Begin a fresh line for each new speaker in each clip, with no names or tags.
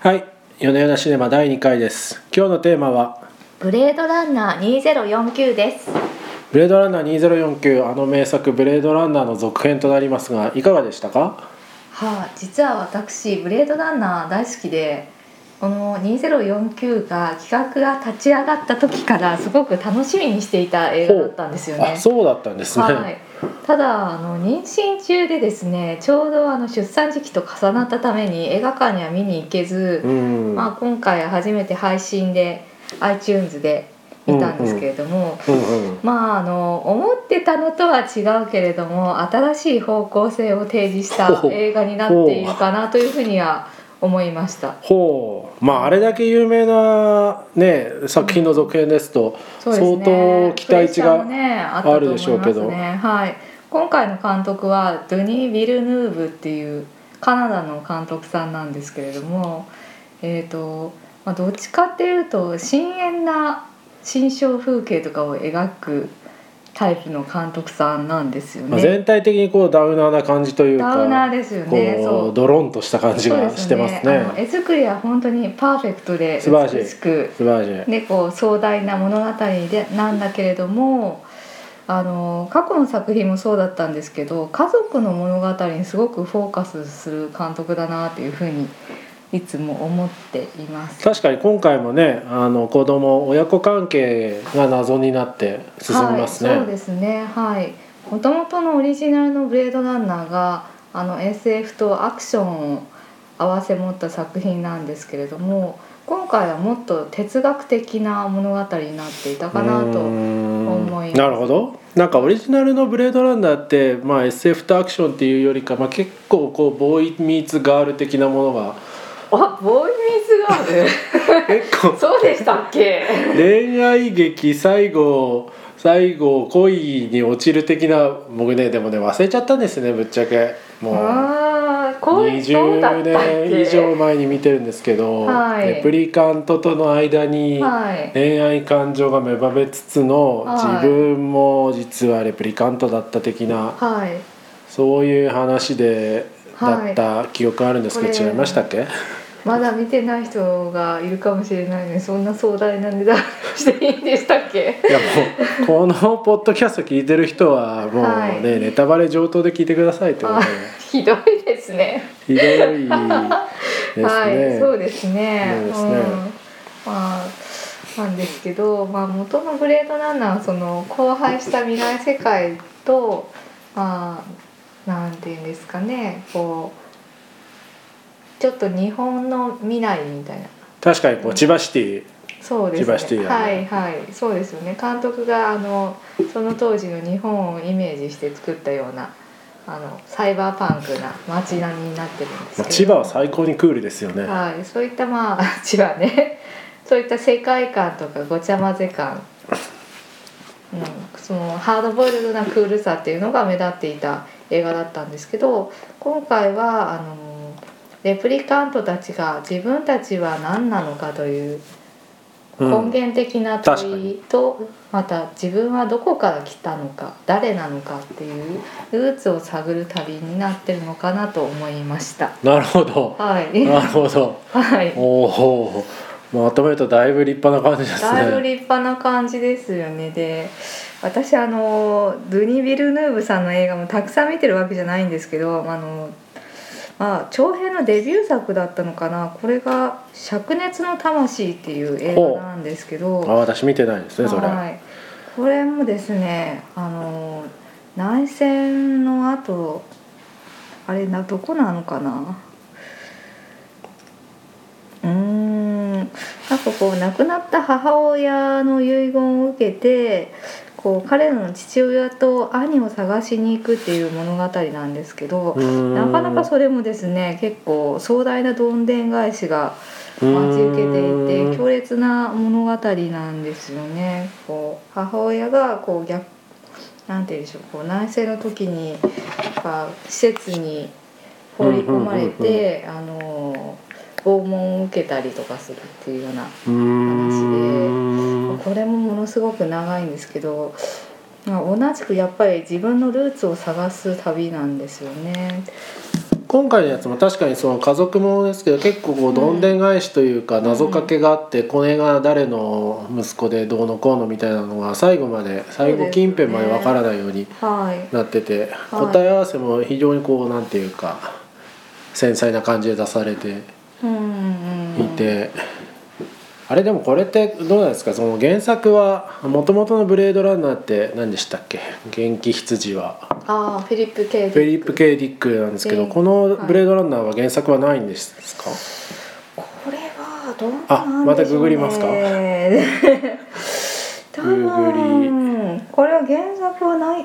はい、ヨネヨネシネマ第2回です。今日のテーマは
ブレードランナー2049です
ブレードランナー2049あの名作ブレードランナーの続編となりますがいかがでしたか？
はい、実は私ブレードランナー大好きでこの2049が企画が立ち上がった時からすごく楽しみにしていた映画だったんですよね
あ、そうだったんですね。
はい、ただあの妊娠中でですねちょうどあの出産時期と重なったために映画館には見に行けず、
うん、
まあ、今回初めて配信で iTunes で見たんですけれども、
うんうん。
まああの思ってたのとは違うけれども新しい方向性を提示した
ほう
映画になっているかなというふうには思いました。
ほう、まああれだけ有名なね作品の続編ですと、
そうです
相
ね
当期待値が
プレッシャーもねあったと思い
あるで
ま
しょうけ
す
ど
ね。はい。今回の監督はドゥニー・ビルヌーブっていうカナダの監督さんなんですけれども、えっ、とまあどっちかっていうと深遠な心象風景とかを描くタイプの監督さんなんですよね。
まあ、全体的にこうダウナーな感じというか、
ダウナーですよね。
こ
そう
う。ドロンとした感じ
そうで
が
す
してますね。
あの絵作りは本当にパーフェクトで
素晴らしい
美しく、
素晴らしい。
ね、こう壮大な物語でなんだけれども。あの過去の作品もそうだったんですけど家族の物語にすごくフォーカスする監督だなというふうにいつも思っています。
確かに今回もねあの子供親子関係が謎になって進みますね。
はい、そうですね。はい。もともとのオリジナルのブレードランナーがあの SF とアクションを併せ持った作品なんですけれども、今回はもっと哲学的な物語になっていたかな
うー
と。
ん
思います
なるほどなんかオリジナルの「ブレードランナー」って、まあ、SF とアクションっていうよりか、まあ、結構こうボーイミーツガール的なもの が
あ、ボーイミーズ
結
ガー
構
ル。そうでしたっけ？
恋愛劇最後最後恋に落ちる的な僕ねでもね忘れちゃったんですねぶっちゃけもう
ああ、こうそうだった
20
っけ
年以上前に見てるんですけど、
はい
レプリカントとの間に、
はい。
恋愛感情が芽生えつつの、
はい
自分も実はレプリカントだった的な
はい。
そういう話で、
はい
だった記憶あるんですけ
こ
ど違
れ
いましたっけ
まだ見てない人がいるかもしれないのにそんな壮大な値段していいんでしたっけ
いやもうこのポッドキャスト聞いてる人はもうね、
はい
ネタバレ上等で聞いてくださいって こと
あ
で
ひどいですね。
ひどいですね。
はい、そうですね。
そうですね
ん、まあなんですけど、まあ元のブレードランナーはその荒廃した未来世界と、まあなんていうんですかね、こうちょっと日本の未来みたいな。
確かにこう千葉シティ
そうで
千葉シテ
す
ィ
ね。
だ
は
ね
いはい、そうですよね。監督があのその当時の日本をイメージして作ったようなあのサイバーパンクな街並みになってるんですけ
まあ
ど。
千葉は最高にクールですよね。
はい、そういったまあ 千葉ねそういった世界観とかごちゃ混ぜ感、うん、そのハードボイルドなクールさっていうのが目立っていた映画だったんですけど今回はあのレプリカントたちが自分たちは何なのかという
うん
根源的な
確か
問い
に
と、また自分はどこから来たのか誰なのかっていうルーツを探る旅になってるのかなと思いました。
なるほど。
はい、
なるほど。
はい
おお。まとめるとだいぶ立派な感じですね。
だいぶ立派な感じですよねで私あのドゥニ・ビルヌーブさんの映画もたくさん見てるわけじゃないんですけどあの、まあ、長編のデビュー作だったのかなこれが「灼熱の魂」っていう映画なんですけど
あ私見てないですねそれ、
はい、これもですねあの内戦の後あれなどこなのかなうーんなんかこう亡くなった母親の遺言を受けてこう彼の父親と兄を探しに行くっていう物語なんですけど、
うーん
なかなかそれもですね結構壮大などんでん返しが待ち受けていて
うーん
強烈な物語なんですよね。こう母親がこう逆なんて言うんでしょうこう内政の時にまあ施設に放り込まれてあの拷問を受けたりとかするっていうような
うーん
これもものすごく長いんですけど、まあ、同じくやっぱり自分のルーツを探す旅なんですよね。
今回のやつも確かにその家族ものですけど結構こうどんでん返しというか謎かけがあって、これが誰の息子でどうのこうのみたいなのが最後まで最後近辺までわからないように
はい
なってて、
はい
答え合わせも非常にこうなんていうか繊細な感じで出されて
うんうんうん
いて、あれでもこれってどうなんですかその原作はもともとの「ブレードランナー」って何でしたっけ元気羊は
ああフィリップ・ケイ
フェリップ・ケイ・ディックなんですけど、
うん
この「ブレードランナー」は原作はないんですか、
これはどうなんでしょうね
あまたググりますか
多
グ
分これは原作はない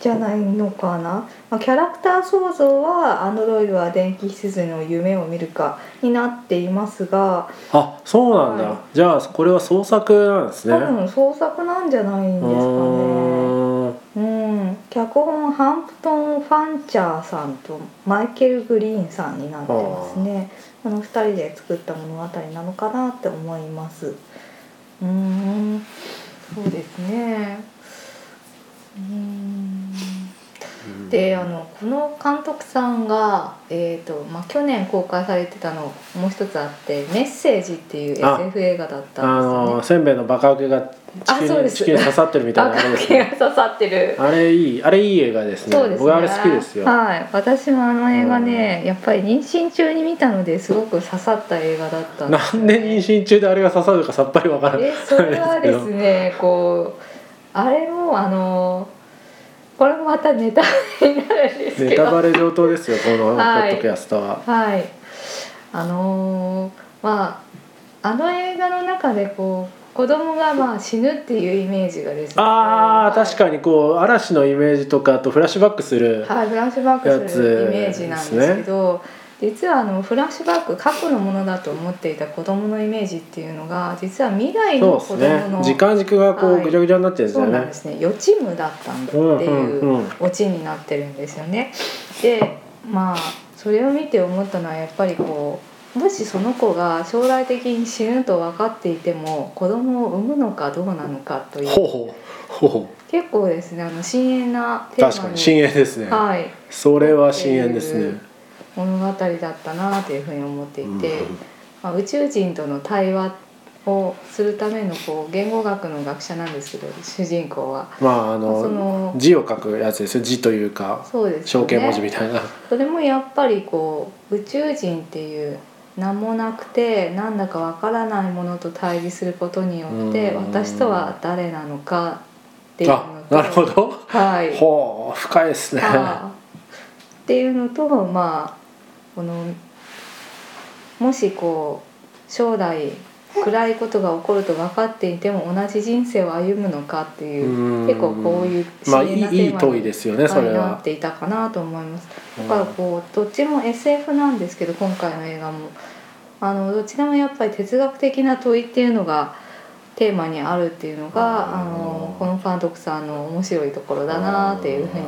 じゃないのかな、まあ、キャラクター創造は「アンドロイドは電気執事の夢を見るか」になっていますが、
あそうなんだ、
はい
じゃあこれは創作なんですね
多分創作なんじゃないんですか
う
ね
ーん
うん脚本ハンプトン・ファンチャーさんとマイケル・グリーンさんになってますねこの2人で作った物語なのかなって思いますうーんそうですねうーんであのこの監督さんが、えーとまあ、去年公開されてたのもう一つあって「メッセージ」っていう
あ
SF 映画だった
あ
ん
の
です
せんべいのバカ受けが地
あそ
球
う
に
です
地球に刺さってるみた
よ
い
ね。
なあれ
赤
です
毛が
ね
刺さってる
あれいいあれいい映画ですね
そうですね。
僕あれ好きですよ、
はい、私もあの映画ね、やっぱり妊娠中に見たのですごく刺さった映画だったんで
な
すよ、
ん
ね。
で妊娠中であれが刺さるかさっぱりわからない
え、それはですね、こうあれもあのこれもまたネタになるんで す
ネ
け
タ
ど、
バレ上等ですよこのポ
はい
ッドキャストは、
はい、あのーまああの映画の中でこう子供がまあ死ぬっていうイメージがですね。
あー確
に。
かにこう嵐のイメージとかとフラッシュバックする、
はい、フラッシュバックするイメージなんですけど実はあのフラッシュバック過去のものだと思っていた子どものイメージっていうのが実は未来
そう
の
です
子ど
ね
もの
時間軸がこう
はい
ぐちゃぐちゃになってるんです
そ
よ
う
ね、
なんですね予知夢だったんだって
うんう
い
ん
う
うん
オチになってるんですよね。でまあそれを見て思ったのはやっぱりこうもしその子が将来的に死ぬと分かっていても子供を産むのかどうなのかという
ほうほうほうほう
結構ですねあの深淵なテーマに
確かに深淵ですね、
はい、
それは深淵ですね
物語だったなというふうに思っていて、
うん
まあ、宇宙人との対話をするためのこう言語学の学者なんですけど主人公は
まああの
その
字を書くやつですよ字というか
そうです
象
よね
形文字みたいな、
それもやっぱりこう宇宙人っていう何もなくてなんだかわからないものと対峙することによって
うん
私とは誰なのかっていうの
あ
と
なるほど
はい
ほう深いですね
あーっていうのとまあこのもしこう将来暗いことが起こると分かっていても同じ人生を歩むのかっていう
うん
結構こういう
まあ
深
い
淵ない
いい問い
に
ですよねそれ
なっ
は、
ていたかなと思います。
うん
だからこうどっちも SF なんですけど今回の映画もあのどちらもやっぱり哲学的な問いっていうのがテーマにあるっていうのが
あー
あのこの監督さんの面白いところだなっていうふうに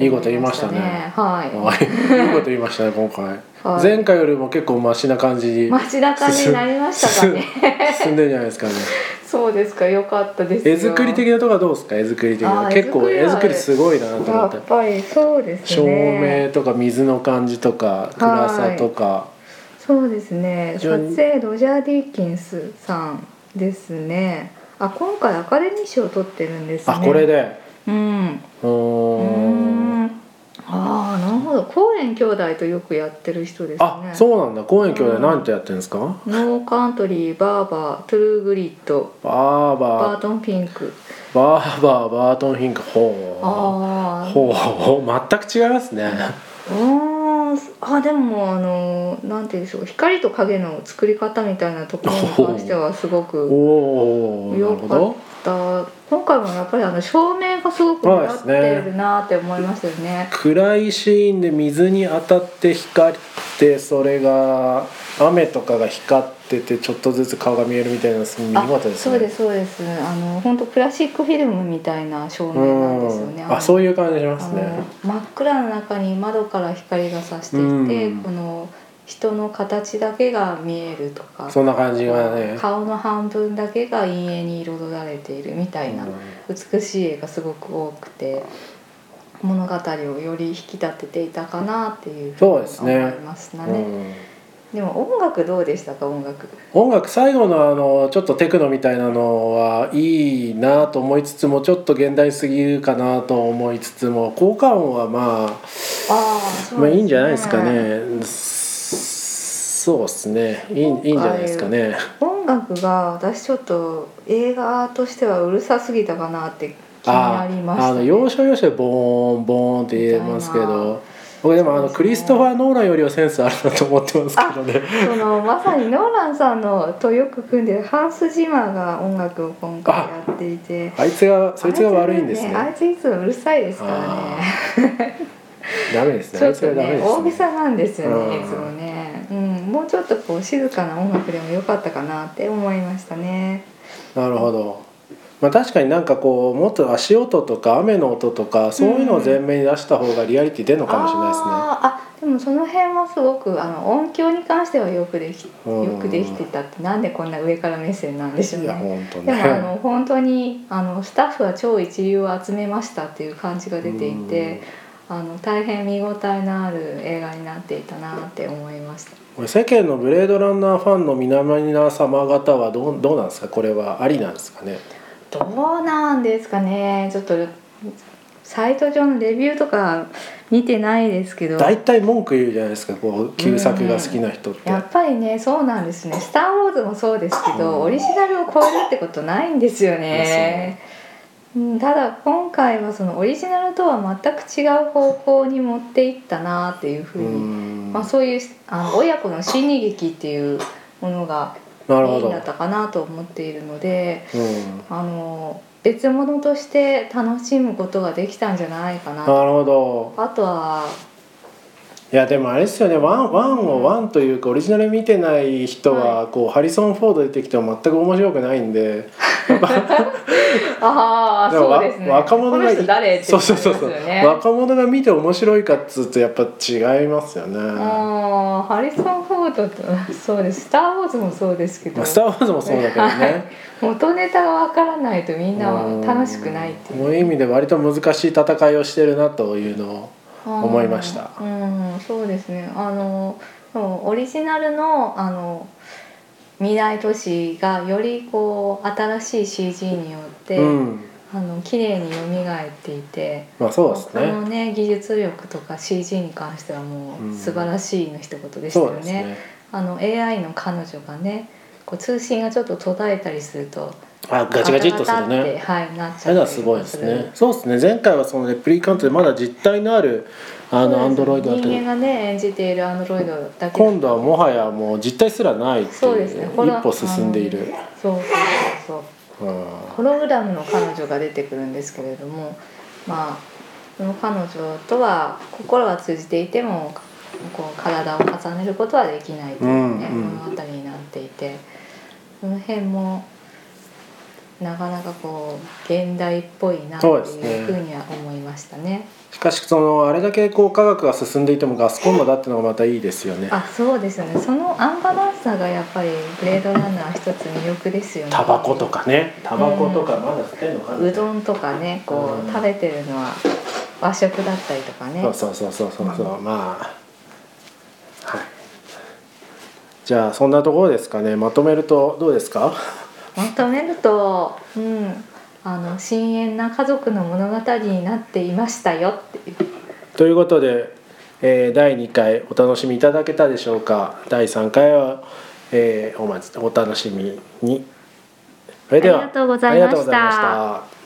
いいこと言いましたね
は
はい、いいこと言いましたね今 回、
い。はい。
前回よりも結構マシな感じに
街中になりましたかね。
進んでるんじゃないです かね
そうですか、良かったですよ。
絵作り的なとこはどうですか絵作り的
あ
な
ー
結構
絵
絵
作
作
り
り
は
すごいなと思
や
って
っぱりそうです
照
ね。
明とか水の感じとか暗さとか
そうですね。
非
撮
常に
影ロジャー・ディーキンスさんですね。あ、今回アカデミー賞を取ってるんですね。
あこれ。で
うん。
う
うー
ーん
ん。ああ、なるほど。コーエン兄弟とよくやってる人ですね。
あそうなんだ公園兄弟なんてやってるんですか
ノーカントリー、バーバー、トゥルーグリッド、
バー
バ
バ
ー
ー
トン・ピンク。
バーバーバートンヒンクほう
ああ。
ほうほう全く違いますね
あーあでもあのなんていうんでしょう光と影の作り方みたいなところに関してはすご
お
く
おーなるほど
だ今回もやっぱりあの照明がすごく目立ってるなって思いましたよね。
暗いシーンで水に当たって光ってそれが雨とかが光っててちょっとずつ顔が見えるみたいなすごい見
あ
事です
そう
ね
ですそうですあの本当クラシックフィルムみたいな照
う
明なんですよね。
んあそうういう感じしま
あ
す
の
ね
真っ暗の中に窓から光が差してきて、
うん
この人の形だけが見えるとか。
そんな感じがね
顔の半分だけが陰影に彩られているみたいな
うん
美しい絵がすごく多くて物語をより引き立てていたかなっていうふうに
そうですね
思いましたね
うん
でも音楽どうでしたか音楽
音楽最後のあのちょっとテクノみたいなのはいいなと思いつつもちょっと現代すぎるかなと思いつつも効果音はま
あ
あまあいいんじゃないですかねそうですねいいいいんじゃないですかね
音楽が私ちょっと映画としてはうるさすぎたかなって気になりまし
ああ
た、
の
ね、
要所要所でボーンボーンって言えますけ
みたいな
ど僕でもあの
そうですね
クリストファー・ノーランよりはセンスあるなと思ってますけどね
そのまさにノーランさんのとよく組んでるハンス・ジマーが音楽を今回やっていて
あいつがそいつが悪いんですね
あいつ,、ね、あいついつもうるさいですから
あ
ね
ダメですね
ち
あ
ょ
い
っ
つ
と
がダメ
ね
です
大げ
ね
さなんですよね
うん
いつもね、うん、もうちょっとこう静かな音楽でもよかったかなって思いましたね
なるほど、まあ、確かになんかこうもっと足音とか雨の音とかそういうのを前面に出した方がリアリティ出るのかもしれないですね、
あーあでもその辺はすごくあの音響に関してはよくでき
うん
よくできてたってなんでこんな上から目線なんでしょう
いや
ね。
本当
でもあ
ね
の本当にあのスタッフは超一流を集めましたっていう感じが出ていて、あの大変見応えのある映画になっていたなって思いました。
これ世間のブレードランナーファンの皆々様方はどうどうなんですかこれはありなんですかね
どうなんですかねちょっとサイト上のレビューとか見てないですけど
大体文句言うじゃないですかこう旧作が好きな人って、
やっぱりねそうなんですね「スター・ウォーズ」もそうですけ
う
ど
ん
オリジナルを超えるってことないんですよね。うんただ今回はそのオリジナルとは全く違う方向に持っていったなっていうふ
う
うに、
ん
まあ、そういうあの親子の心理劇っていうものがメ
なるほ
イン
ど
だったかなと思っているので
うん
あの別物として楽しむことができたんじゃないかなと
なるほど
あとはい
やでもあれですよねワンワンをワンというかオリジナル見てない人はこう、ハリソン・フォード出てきても全く面白くないんで
ああ
でもわ
そうですね
若者が
この人誰って
そうそう
こと
そう
です
そう
よね
若者が見て面白いかっつうとやっぱ違いますよね。ま
あーハリソン・フォードとそうです「スター・ウォーズ」もそうですけど
あスター・ウォーズもそうだけど ね。
元ネタがわからないとみんなは楽しくないって
う
い
ん
う
そういう意味で割と難しい戦いをしてるなというのを。思いました
うん、うんそうですねあのそうオリジナルのあの未来都市がよりこう新しい CG によって、
うん。
あの綺麗に蘇っていて
まあそうです
この
ね。
ね技術力とか CG に関してはも
う
うん素晴らしいの一言でしたよ
そうです
ね。
ね。
あの AI の彼女がねこう通信がちょっと途絶えたりすると
あガチガチっとす
ガタ
る
ガタって
ね。
はいなっ
そ
ちゃ
れ
う
がすごいですね。そうですね。前回はそのレプリカントでまだ実体のあるあのアンドロイドだったけ
人
ど、
間がね演じているアンドロイドだけだと
今度はもはやもう実体すらないって
そう
いう
ですねこれは
一歩進んでいる。
そうそうそうそう
うん
ホログラムの彼女が出てくるんですけれどもまあその彼女とは心は通じていてもこう体を重ねることはできないとい
うん
うね、
うん
物語になっていてその辺もなかなかこう現代っぽいなって
そう
い
で
う
す
ふ
ね
うには思いましたね。
しかしそのあれだけこう科学が進んでいてもガスコンロだってのがまたいいですよね
あそうですよねそのアンバランスさがやっぱりブレードランナー一つ魅力ですよね。
タバコとかねタバコとかまだ吸ってんのかな、
うどんとかねこ
う
うん食べてるのは和食だったりとかね。
そうそうそうそうそうそうまあはいじゃあそんなところですかねまとめるとどうですか
まとめると、うん、あの深淵な家族の物語になっていましたよっていう
ということで、えー第2回お楽しみいただけたでしょうか第3回は、えーお待ちお楽しみにそれでは
ありがとうございました
ありがとうございました